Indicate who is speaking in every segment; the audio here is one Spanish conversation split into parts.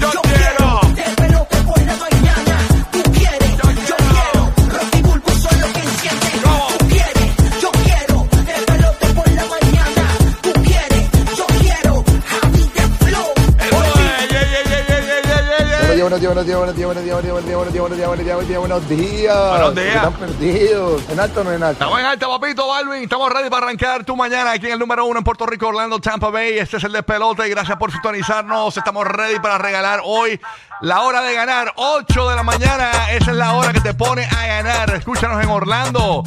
Speaker 1: Yo quiero. Ey, ey, ey, ey, ey, ey, ey, ey, ey.
Speaker 2: Buenos días, buenos días, buenos días, buenos días, buenos días, buenos días, buenos días, buenos días, buenos días, buenos días.
Speaker 1: Buenos días.
Speaker 2: Están perdidos. ¿En alto o no en alto?
Speaker 1: Estamos en alta, papito Balvin. Estamos ready para arrancar tu mañana aquí en el número uno en Puerto Rico, Orlando, Tampa Bay. Este es el despelote y gracias por sintonizarnos. Estamos ready para regalar hoy la hora de ganar. 8 de la mañana. Esa es la hora que te pone a ganar. Escúchanos en Orlando.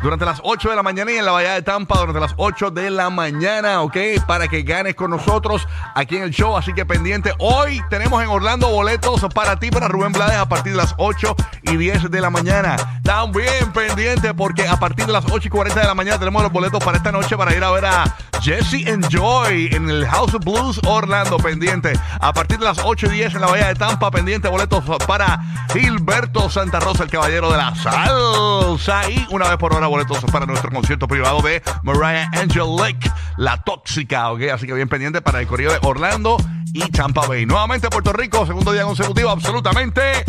Speaker 1: Durante las 8 de la mañana y en la Bahía de Tampa, durante las 8 de la mañana, ¿ok? Para que ganes con nosotros aquí en el show. Así que pendiente. Hoy tenemos en Orlando boletos para ti, para Rubén Blades, a partir de las 8 y 10 de la mañana. También pendiente, porque a partir de las 8 y 40 de la mañana tenemos los boletos para esta noche para ir a ver a Jesse Enjoy en el House of Blues Orlando. Pendiente. A partir de las 8 y 10 en la Bahía de Tampa, pendiente boletos para Gilberto Santa Rosa, el caballero de la salsa. Y una vez por hora, boletos para nuestro concierto privado de Mariah Angelique, la tóxica. ¿ok? Así que bien pendiente para el corrido de Orlando y Tampa Bay. Nuevamente Puerto Rico, segundo día consecutivo, absolutamente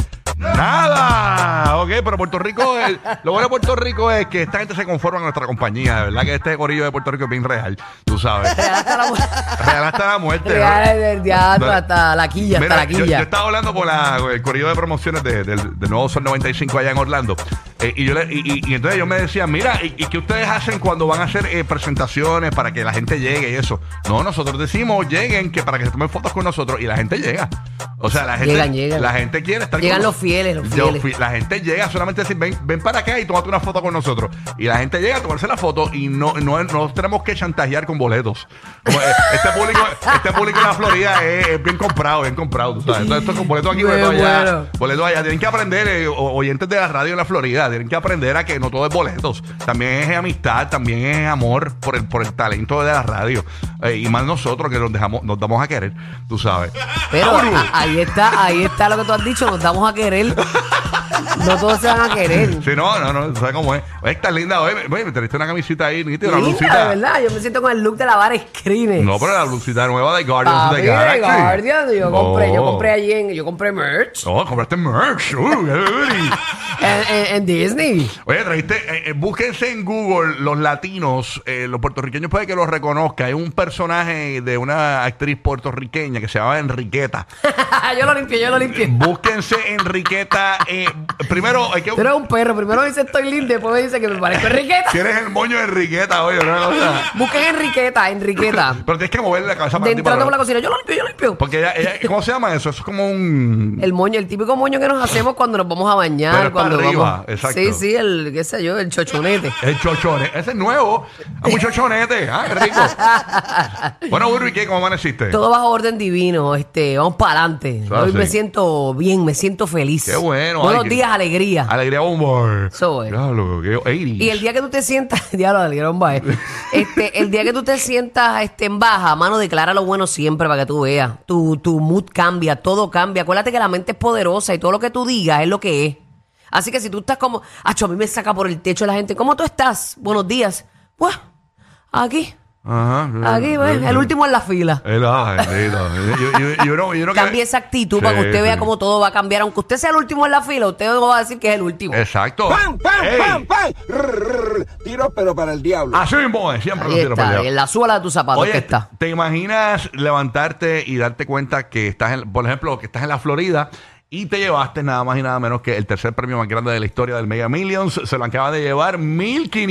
Speaker 1: nada. Ok, pero Puerto Rico, el- lo bueno de Puerto Rico es que esta gente se conforma a nuestra compañía. De verdad que este corillo de Puerto Rico es bien real, tú sabes. Real
Speaker 3: hasta la muerte.
Speaker 1: hasta la muerte. ¿no?
Speaker 3: del diablo,
Speaker 1: No.
Speaker 3: hasta la quilla, hasta
Speaker 1: Mira,
Speaker 3: la
Speaker 1: yo,
Speaker 3: quilla.
Speaker 1: yo estaba hablando con, la, con el corrido de promociones de- del, del nuevo Sol 95 allá en Orlando. Eh, y, yo le- y, y- y entonces yo me decía, mira, ¿y, y qué ustedes hacen cuando van a hacer eh, presentaciones para que la gente llegue y eso? No, nosotros decimos, lleguen, que para que se tomen fotos con nosotros y la gente llega. O sea, la gente,
Speaker 3: Llegan, llegan.
Speaker 1: La gente quiere estar
Speaker 3: Llegan
Speaker 1: con
Speaker 3: los fieles, los
Speaker 1: Yo
Speaker 3: fieles.
Speaker 1: fui- la gente llega solamente a decir, ven, ven para acá y tómate una foto con nosotros. Y la gente llega a tomarse la foto y no, no, no tenemos que chantajear con boletos. Como, eh, este público, este público en la Florida es, es bien comprado, bien comprado. tú sabes. Entonces, esto es con boletos aquí,
Speaker 3: Me
Speaker 1: boletos allá.
Speaker 3: muero.
Speaker 1: Boletos allá. Tienen que aprender, eh, o- oyentes de la radio en la Florida, tienen que aprender a que no todo es boletos. También es amistad, también es amor por el, por el talento de la radio. Eh, y más nosotros que nos dejamos, nos damos a querer, tú sabes.
Speaker 3: Pero
Speaker 1: ¡Vámonos!
Speaker 3: a- ahí está, ahí está lo que tú has dicho, nos damos a querer. No todos se van a querer.
Speaker 1: Sí, no, no, no, ¿sabes cómo es? Oye, está linda hoy. Oye, me trajiste una camisita ahí, nítida, una
Speaker 3: Linda,
Speaker 1: blusita.
Speaker 3: ¿verdad? Yo me siento con el look de la vara Screeners.
Speaker 1: No, pero la blusita nueva de Guardians
Speaker 3: Papi,
Speaker 1: of the
Speaker 3: de
Speaker 1: Galaxy.
Speaker 3: Guardian, yo compré, yo
Speaker 1: Oh.
Speaker 3: compré allí en, yo compré merch
Speaker 1: Oh, compraste merch. Uh, qué booty.
Speaker 3: en, en- en Disney.
Speaker 1: Oye, trajiste, eh, eh, búsquense en Google los latinos, eh, los puertorriqueños puede que los reconozca. Hay un personaje de una actriz puertorriqueña que se llama Enriqueta.
Speaker 3: yo lo limpié, yo lo limpié.
Speaker 1: Búsquense Enriqueta. eh, primero, hay que,
Speaker 3: Tú eres un perro, primero dice estoy linda, después me dice que me parezco a Enriqueta.
Speaker 1: tienes el moño de Enriqueta, oye, una cosa.
Speaker 3: Busquen Enriqueta, Enriqueta.
Speaker 1: Pero tienes que moverle la cabeza para
Speaker 3: De
Speaker 1: ti para
Speaker 3: entrando por la
Speaker 1: atrás.
Speaker 3: cocina, yo lo limpio, yo lo limpio.
Speaker 1: Porque ella, ella- ¿cómo se llama eso? Eso es como un...
Speaker 3: El moño, el típico moño que nos hacemos cuando nos vamos a bañar.
Speaker 1: Pero es
Speaker 3: cuando
Speaker 1: para arriba,
Speaker 3: vamos-
Speaker 1: exacto.
Speaker 3: Sí, sí, el, qué sé yo, el chochonete.
Speaker 1: El chochone, ese es nuevo. Es un chochonete. Ah, qué rico. bueno, Urbi, ¿qué? ¿Cómo amaneciste?
Speaker 3: Todo bajo orden divino, este, vamos para adelante.
Speaker 1: Ah,
Speaker 3: Hoy
Speaker 1: sí.
Speaker 3: me siento bien, me siento feliz.
Speaker 1: Qué bueno.
Speaker 3: Buenos
Speaker 1: ay, qué-
Speaker 3: días, alegría.
Speaker 1: Alegría Bomber.
Speaker 3: Eso es.
Speaker 1: Diablo, qué 80s.
Speaker 3: y el día que tú te sientas, diablo, alegría, hombre, eh. este, el día que tú te sientas este, en baja, mano, declara lo bueno siempre para que tú veas. Tu, tu mood cambia, todo cambia. Acuérdate que la mente es poderosa y todo lo que tú digas es lo que es. Así que si tú estás como, acho, a mí me saca por el techo la gente, ¿cómo tú estás? Buenos días. Pues, aquí,
Speaker 1: Ajá.
Speaker 3: Aquí, pues,
Speaker 1: mm.
Speaker 3: el último en la fila.
Speaker 1: El ah, bendito. Yo- yo- yo- yo no- yo no que-
Speaker 3: Cambie esa actitud para que
Speaker 1: Sí,
Speaker 3: usted
Speaker 1: sí.
Speaker 3: vea cómo todo va a cambiar. Aunque usted sea el último en la fila, usted no va a decir que es el último.
Speaker 1: Exacto.
Speaker 4: ¡Pam, pam,
Speaker 1: Ey,
Speaker 4: pam, pam! Rrr, rrr, Tiro, pero para el diablo.
Speaker 1: Así mismo es, siempre lo
Speaker 3: Ahí
Speaker 1: tiro para
Speaker 3: está,
Speaker 1: allá.
Speaker 3: en la suela de tus zapatos
Speaker 1: Oye,
Speaker 3: que está.
Speaker 1: ¿te imaginas levantarte y darte cuenta que estás, en, por ejemplo, que estás en la Florida Y te llevaste nada más y nada menos que el tercer premio más grande de la historia del Mega Millions. Se lo acaba de llevar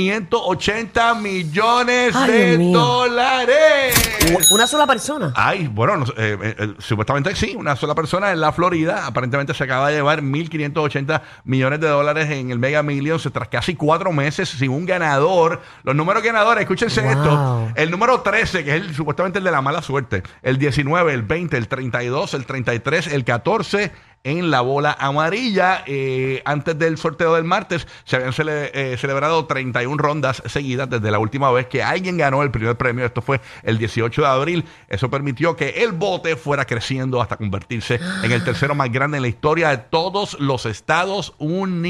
Speaker 1: 1.580 millones
Speaker 3: Ay,
Speaker 1: de
Speaker 3: Dios mío.
Speaker 1: dólares.
Speaker 3: Una sola persona.
Speaker 1: Ay, bueno, no sé, eh, eh, eh, supuestamente sí, una sola persona en la Florida aparentemente se acaba de llevar 1.580 millones de dólares en el Mega Millions tras casi cuatro meses sin un ganador. Los números ganadores, escúchense
Speaker 3: Wow.
Speaker 1: esto. El número 13, que es el, supuestamente el de la mala suerte. El 19, el 20, el 32, el 33, el 14 en la bola amarilla. Eh, antes del sorteo del martes se habían cele- eh, celebrado 31 rondas seguidas desde la última vez que alguien ganó el primer premio. Esto fue el 18 de abril. Eso permitió que el bote fuera creciendo hasta convertirse en el tercero más grande en la historia de todos los Estados Unidos.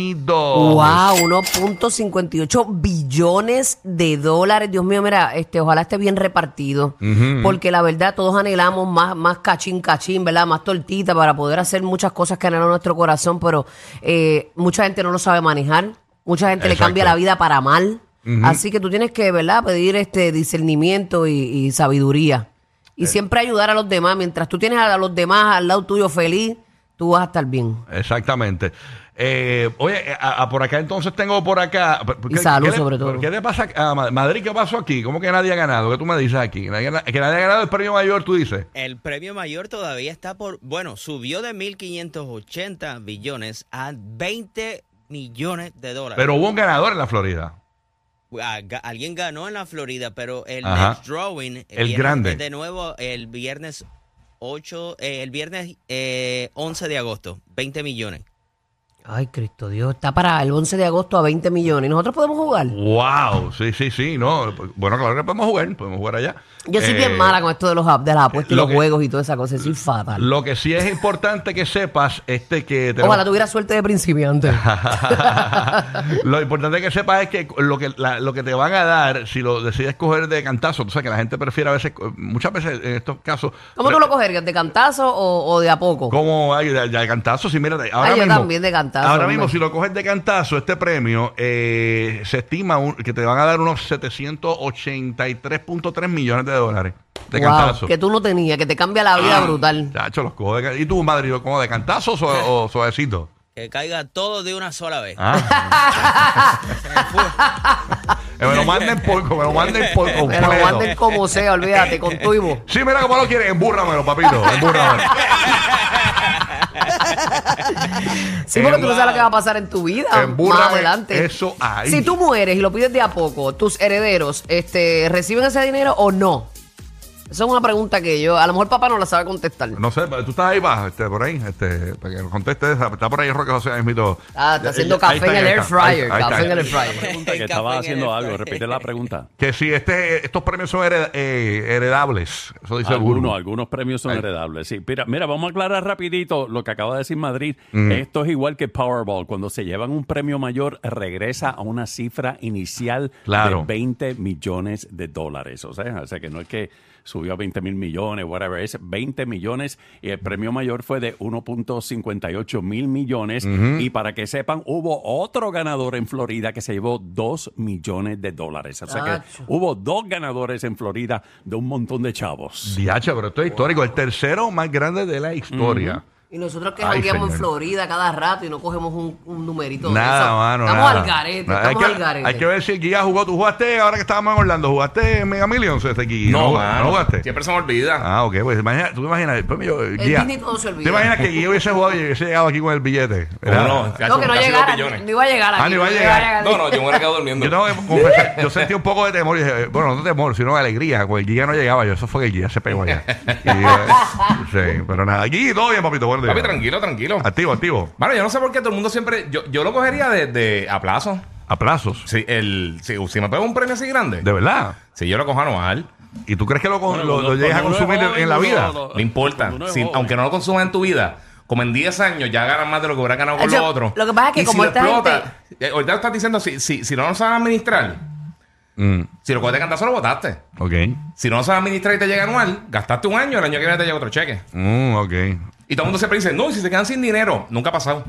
Speaker 3: Wow, 1.58 billones de dólares. Dios mío, mira, este, ojalá esté bien repartido. Porque la verdad, todos anhelamos más, más cachín, cachín, ¿verdad? Más tortita para poder hacer muchas cosas que anhelan nuestro corazón, pero eh, mucha gente no lo sabe manejar. Mucha gente
Speaker 1: Exacto.
Speaker 3: le cambia la vida para mal. Así que tú tienes que, ¿verdad?, pedir este discernimiento y, y sabiduría. Y siempre ayudar a los demás. Mientras tú tienes a los demás al lado tuyo feliz, tú vas a estar bien.
Speaker 1: Exactamente. Eh, oye, a- a por acá entonces tengo por acá. ¿por- por
Speaker 3: Y salud,
Speaker 1: le-
Speaker 3: sobre todo.
Speaker 1: por ¿Qué te pasa a Ma- Madrid? ¿Qué pasó aquí? ¿Cómo que nadie ha ganado? ¿Qué tú me dices aquí? Que nadie- Que nadie ha ganado el premio mayor, tú dices.
Speaker 5: El premio mayor todavía está por, bueno, subió de 1.580 billones a 20 millones de dólares.
Speaker 1: Pero hubo un ganador en la Florida.
Speaker 5: Ah, ga- alguien ganó en la Florida, pero el
Speaker 1: Ajá.
Speaker 5: next drawing,
Speaker 1: El
Speaker 5: viene
Speaker 1: grande.
Speaker 5: de nuevo el viernes 8, eh, el viernes eh, 11 de agosto, 20 millones.
Speaker 3: Ay, Cristo Dios, está para el 11 de agosto a 20 millones. ¿Y nosotros podemos jugar?
Speaker 1: ¡Wow! Sí, sí, sí. No, bueno, claro que podemos jugar. Podemos jugar allá.
Speaker 3: Yo soy
Speaker 1: Eh,
Speaker 3: bien mala con esto de, los, ap- de las apuestas y
Speaker 1: lo
Speaker 3: los
Speaker 1: que-
Speaker 3: juegos y toda esa cosa. Soy fatal.
Speaker 1: Lo que sí es importante que sepas este que tenemos-
Speaker 3: Ojalá tuviera suerte de principiante.
Speaker 1: lo importante que sepas es que lo que la- lo que te van a dar si lo decides coger de cantazo, tú sabes que la gente prefiere a veces muchas veces en estos casos
Speaker 3: ¿Cómo tú lo cogerías? ¿De cantazo o, o de a poco?
Speaker 1: Como ay, de, de cantazo, sí, mira, de- ahora
Speaker 3: Ay, yo
Speaker 1: mismo,
Speaker 3: también de cantazo,
Speaker 1: Ahora
Speaker 3: hombre.
Speaker 1: mismo, si lo coges de cantazo, este premio eh, se estima un- que te van a dar unos 783.3 millones de dólares de
Speaker 3: Wow,
Speaker 1: cantazo. Ah,
Speaker 3: que tú no tenías, que te cambia la vida brutal.
Speaker 1: Chacho, los cojo de ca- ¿Y tú, Madrid, como de cantazo o, o suavecito?
Speaker 5: Que caiga todo de una sola vez.
Speaker 1: Ah. Eh, me lo manden por, me lo manden por
Speaker 3: Pero
Speaker 1: completo.
Speaker 3: manden como sea, olvídate, con tu y vos.
Speaker 1: Sí, mira cómo lo quieres. Embúrramelo, papito. Embúrramelo.
Speaker 3: Sí, porque tú no sabes lo que va a pasar en tu vida
Speaker 1: Embúrrame
Speaker 3: más adelante.
Speaker 1: eso ahí.
Speaker 3: Si tú mueres y lo pides de a poco, tus herederos este, reciben ese dinero o no. Esa es una pregunta que yo, a lo mejor papá no la sabe contestar.
Speaker 1: No sé, tú estás ahí, va, este, por ahí, este, para que nos conteste esa. Está por ahí Roque José, ahí mismo.
Speaker 3: Ah, está haciendo
Speaker 1: Ahí
Speaker 3: café
Speaker 1: está,
Speaker 3: en el
Speaker 1: ahí
Speaker 3: air
Speaker 1: está, ahí
Speaker 3: fryer.
Speaker 1: está, ahí
Speaker 3: Café en
Speaker 1: está.
Speaker 3: el air fryer.
Speaker 5: Pregunta
Speaker 6: Que
Speaker 5: el
Speaker 6: estabas
Speaker 5: café en el
Speaker 6: haciendo algo,
Speaker 5: Starbucks.
Speaker 6: repite la pregunta.
Speaker 1: Que si este, estos premios son hered- eh, heredables. Eso dice el gurú.
Speaker 6: Algunos, algunos premios son
Speaker 1: Ahí.
Speaker 6: heredables. Sí, mira, mira, vamos a aclarar rapidito lo que acaba de decir Madrid. Esto es igual que Powerball. Cuando se llevan un premio mayor, regresa a una cifra inicial
Speaker 1: Claro.
Speaker 6: de 20 millones de dólares. O sea, o sea, que no es que subió a 20 mil millones, whatever, es 20 millones. Y el premio mayor fue de 1.58 mil millones. Y para que sepan, hubo otro ganador en Florida que se llevó 2 millones de dólares. O sea que
Speaker 3: Tacho.
Speaker 6: hubo dos ganadores en Florida de un montón de chavos.
Speaker 1: Diache, pero esto es histórico. El tercero más grande de la historia.
Speaker 3: Y nosotros que
Speaker 1: Ay,
Speaker 3: jangueamos
Speaker 1: señor.
Speaker 3: en Florida cada rato y no cogemos un, un numerito de
Speaker 1: Nada,
Speaker 3: eso.
Speaker 1: mano.
Speaker 3: estamos
Speaker 1: nada.
Speaker 3: al garete,
Speaker 1: Nada,
Speaker 3: estamos
Speaker 1: hay,
Speaker 3: al
Speaker 1: que,
Speaker 3: garete.
Speaker 1: hay que ver si el Guía jugó. Tú jugaste ahora que estábamos en Orlando. ¿Jugaste en Mega Millions este Guía?
Speaker 7: No,
Speaker 1: jugaste.
Speaker 7: mano,
Speaker 1: ¿No jugaste?
Speaker 7: Siempre se me olvida.
Speaker 1: Ah, ok, pues imagina, tú te imaginas, pues, yo, el guía,
Speaker 3: Disney todo se olvida.
Speaker 1: ¿Te imaginas que Guía hubiese jugado y hubiese llegado aquí con el billete?
Speaker 7: ¿Cómo no? Casi-
Speaker 3: no, que no
Speaker 7: casi dos
Speaker 3: llegara,
Speaker 7: billones.
Speaker 3: no iba a llegar
Speaker 1: Ah,
Speaker 3: aquí.
Speaker 1: no iba a
Speaker 3: iba
Speaker 1: llegar.
Speaker 7: No, no, yo me hubiera quedado durmiendo.
Speaker 1: Yo tengo que confesar, yo sentí un poco de temor, y dije, bueno, no temor, sino alegría, porque el guía no llegaba yo, eso fue que el guía se pegó allá. Y, eh, sí, pero nada, aquí todo bien, papito, bueno,
Speaker 7: Papi, tranquilo, tranquilo.
Speaker 1: Activo, activo,
Speaker 7: Bueno, yo no sé por qué todo el mundo siempre. Yo, yo lo cogería de, de- a plazo.
Speaker 1: a plazos,
Speaker 7: Si, el, si, si me pego un premio así grande,
Speaker 1: de verdad.
Speaker 7: si yo lo cojo anual,
Speaker 1: ¿Y tú crees que lo, con-
Speaker 6: Bueno,
Speaker 1: lo-
Speaker 6: cuando-
Speaker 1: lo llegas a
Speaker 6: cuando uno
Speaker 1: consumir
Speaker 6: es
Speaker 1: en,
Speaker 6: joven,
Speaker 1: en la
Speaker 6: uno-
Speaker 1: vida?
Speaker 7: no importa.
Speaker 6: Oh, cuando uno es
Speaker 7: Si-
Speaker 6: joven.
Speaker 7: aunque no lo consumas en tu vida, como en 10 años ya ganas más de lo que hubiera ganado con
Speaker 3: Hacho,
Speaker 7: lo otro.
Speaker 3: lo que pasa es que
Speaker 7: Y
Speaker 3: como
Speaker 7: si lo
Speaker 3: esta
Speaker 7: explota, eh, ahorita lo estás diciendo, si, si, si no lo sabes administrar,
Speaker 1: Mm,
Speaker 7: si lo coges de cantazo, lo votaste.
Speaker 1: ok,
Speaker 7: Si no lo sabes administrar y te llega anual, gastaste un año, el año que viene te llega otro cheque.
Speaker 1: Mm, ok.
Speaker 7: Y todo el mundo siempre dice, no, si se quedan sin dinero, nunca ha pasado.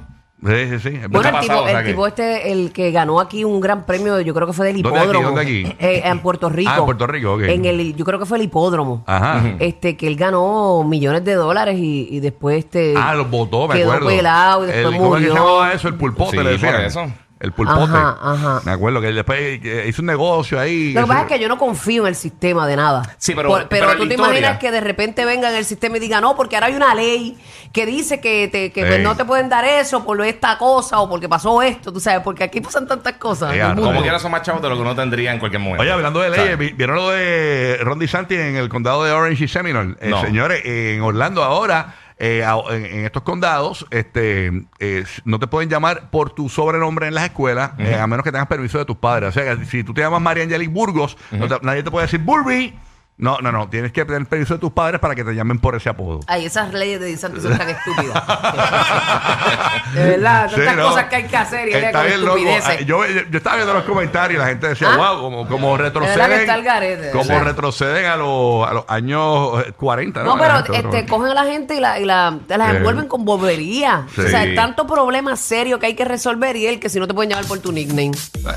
Speaker 1: Sí, sí, sí. es
Speaker 3: Bueno,
Speaker 1: verdad.
Speaker 3: el,
Speaker 7: ha
Speaker 3: tipo,
Speaker 7: pasado, o sea
Speaker 3: el
Speaker 7: que-
Speaker 3: tipo este, el que ganó aquí un gran premio, yo creo que fue del
Speaker 1: ¿Dónde aquí?
Speaker 3: hipódromo.
Speaker 1: ¿Dónde aquí?
Speaker 3: Eh, en Puerto Rico.
Speaker 1: Ah, en Puerto Rico, ok.
Speaker 3: En el, yo creo que fue el hipódromo.
Speaker 1: Ajá.
Speaker 3: Este, que él ganó millones de dólares y, y después este.
Speaker 1: Ah, los botó, me
Speaker 3: quedó
Speaker 1: acuerdo.
Speaker 3: pelado y después
Speaker 1: el, ¿Cómo es que se
Speaker 3: murió.
Speaker 1: llamaba eso? El pulpote,
Speaker 7: Sí,
Speaker 1: le decían.
Speaker 7: por eso.
Speaker 1: El pulpote.
Speaker 3: Ajá, ajá.
Speaker 1: Me acuerdo que él después eh, hizo un negocio ahí.
Speaker 3: Lo que pasa es que yo no confío en el sistema de nada.
Speaker 7: Sí, pero-
Speaker 3: Por-
Speaker 7: pero
Speaker 3: tú
Speaker 7: la
Speaker 3: te
Speaker 7: historia-
Speaker 3: imaginas que de repente vengan el sistema y digan, no, porque ahora hay una ley que dice que, te- que, pues,
Speaker 1: Ey.
Speaker 3: no te pueden dar eso por esta cosa o porque pasó esto, tú sabes, porque aquí pasan tantas cosas.
Speaker 1: Ey,
Speaker 3: en el
Speaker 1: arroz.
Speaker 3: mundo.
Speaker 7: Como quiera son más chavos de lo que uno tendría en cualquier momento.
Speaker 1: Oye, hablando de
Speaker 7: O sea,
Speaker 1: leyes, vi- ¿vieron lo de Ron DeSantis en el condado de Orange y Seminole? Eh,
Speaker 7: No.
Speaker 1: Señores, eh, en Orlando ahora, eh, a- en, en estos condados, este, eh, no te pueden llamar por tu sobrenombre en las escuelas, eh, a menos que tengas permiso de tus padres. O sea, que si tú te llamas María Angelic Burgos, no te- nadie te puede decir Burby. No, no, no, tienes que tener permiso de tus padres para que te llamen por ese apodo.
Speaker 3: Ay, esas leyes de Santos son tan estúpidas. de verdad,
Speaker 1: Sí,
Speaker 3: tantas
Speaker 1: no.
Speaker 3: cosas que hay que hacer y hay
Speaker 1: Está
Speaker 3: con
Speaker 1: bien loco. Ah,
Speaker 3: estupideces.
Speaker 1: Yo, yo estaba viendo los comentarios y la gente decía,
Speaker 3: ¿Ah?
Speaker 1: wow, como, como
Speaker 3: verdad que
Speaker 1: retroceden.
Speaker 3: está el garete, de
Speaker 1: como
Speaker 3: verdad.
Speaker 1: retroceden a los, a los años eh, 40.
Speaker 3: No,
Speaker 1: La
Speaker 3: pero
Speaker 1: gente,
Speaker 3: este,
Speaker 1: otro-
Speaker 3: cogen a la gente y la, y la, te las
Speaker 1: Sí.
Speaker 3: envuelven con bobería. O sea,
Speaker 7: Eh. Sí.
Speaker 3: hay tanto problema serio que hay que resolver y él que si no te pueden llamar por tu nickname.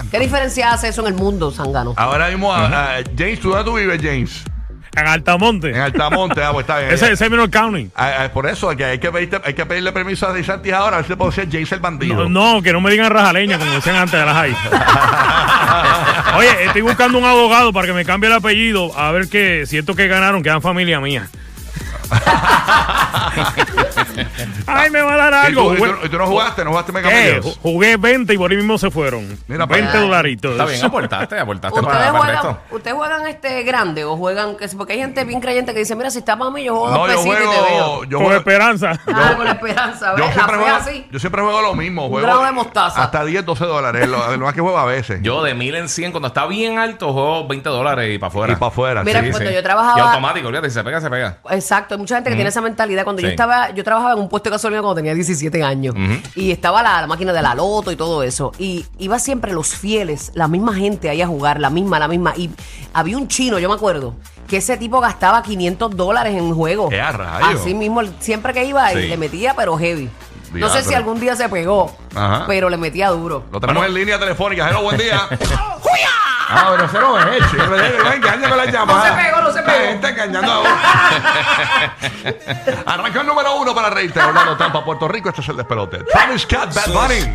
Speaker 3: ¿Qué diferencia hace eso en el mundo, Sangano?
Speaker 1: Ahora mismo, a- a- James, ¿tú dónde tú vives, James?
Speaker 8: En Altamonte.
Speaker 1: En Altamonte, ah, pues está bien.
Speaker 8: Ese es Seminole County.
Speaker 1: Ah, ah, por eso, que hay que, pedirte- hay que pedirle permiso a Disantis ahora, a ver si puede ser James el bandido.
Speaker 8: No, no, que no me digan rajaleña, como decían antes de las hay. Oye, estoy buscando un abogado para que me cambie el apellido. A ver que siento que ganaron, quedan familia mía. Ay, me va a dar
Speaker 1: ¿Y, tú,
Speaker 8: algo.
Speaker 1: y tú- y tú no jugaste? ¿No jugaste Mega
Speaker 8: ¿Qué?
Speaker 1: Millions?
Speaker 8: Jugué 20 y por ahí mismo se fueron.
Speaker 1: Mira para
Speaker 8: 20
Speaker 1: allá.
Speaker 8: dolaritos.
Speaker 7: Está bien, aportaste, aportaste
Speaker 3: ¿Ustedes
Speaker 7: para, para el
Speaker 3: juegan,
Speaker 7: resto.
Speaker 3: ¿Ustedes juegan este grande o juegan que si- porque hay gente bien creyente que dice, mira, si está mami, yo juego
Speaker 1: No,
Speaker 3: dos
Speaker 1: yo
Speaker 3: pesitos y pues te veo.
Speaker 1: juego. Yo
Speaker 8: Con
Speaker 1: juego-
Speaker 8: esperanza.
Speaker 3: ah, con la esperanza,
Speaker 1: Yo
Speaker 3: ¿ves? La
Speaker 1: siempre,
Speaker 3: fe
Speaker 1: juego,
Speaker 3: así.
Speaker 1: yo siempre juego lo mismo. Juego
Speaker 3: grado de mostaza.
Speaker 1: Hasta 10, 12 dólares. Lo, lo más que juego a veces.
Speaker 7: Yo de mil en 100, cuando está bien alto, juego 20 dólares y para afuera.
Speaker 1: y para afuera.
Speaker 3: Mira, pues,
Speaker 1: sí.
Speaker 3: Cuando yo
Speaker 7: Y
Speaker 3: trabajaba-
Speaker 7: automático, olvídate, si se pega, se pega.
Speaker 3: Exacto, hay mucha gente que tiene esa mentalidad. Cuando yo
Speaker 7: Sí.
Speaker 3: estaba, yo trabajaba en un puesto de gasolina cuando tenía 17 años y estaba la, la máquina de la loto y todo eso. Y iba siempre los fieles, la misma gente ahí a jugar, la misma, la misma. Y había un chino, yo me acuerdo, que ese tipo gastaba 500 dólares en juego.
Speaker 1: ¡Eh, a rayos!
Speaker 3: Así mismo, siempre que iba,
Speaker 7: Sí.
Speaker 3: le metía, pero heavy. No sé
Speaker 1: Diablo.
Speaker 3: si algún día se pegó,
Speaker 1: Ajá.
Speaker 3: pero le metía duro.
Speaker 1: Lo tenemos en línea telefónica. Hello, buen día. Ah, pero se lo he hecho. Pero ya- ya engaña con la llamada.
Speaker 3: No se pegó, no se
Speaker 1: Esta
Speaker 3: pegó.
Speaker 1: gente engañando ahora. Arranca el número uno para reírte. Orlando Tampa, Puerto Rico. Este es el despelote. Travis Scott, Bad Bunny.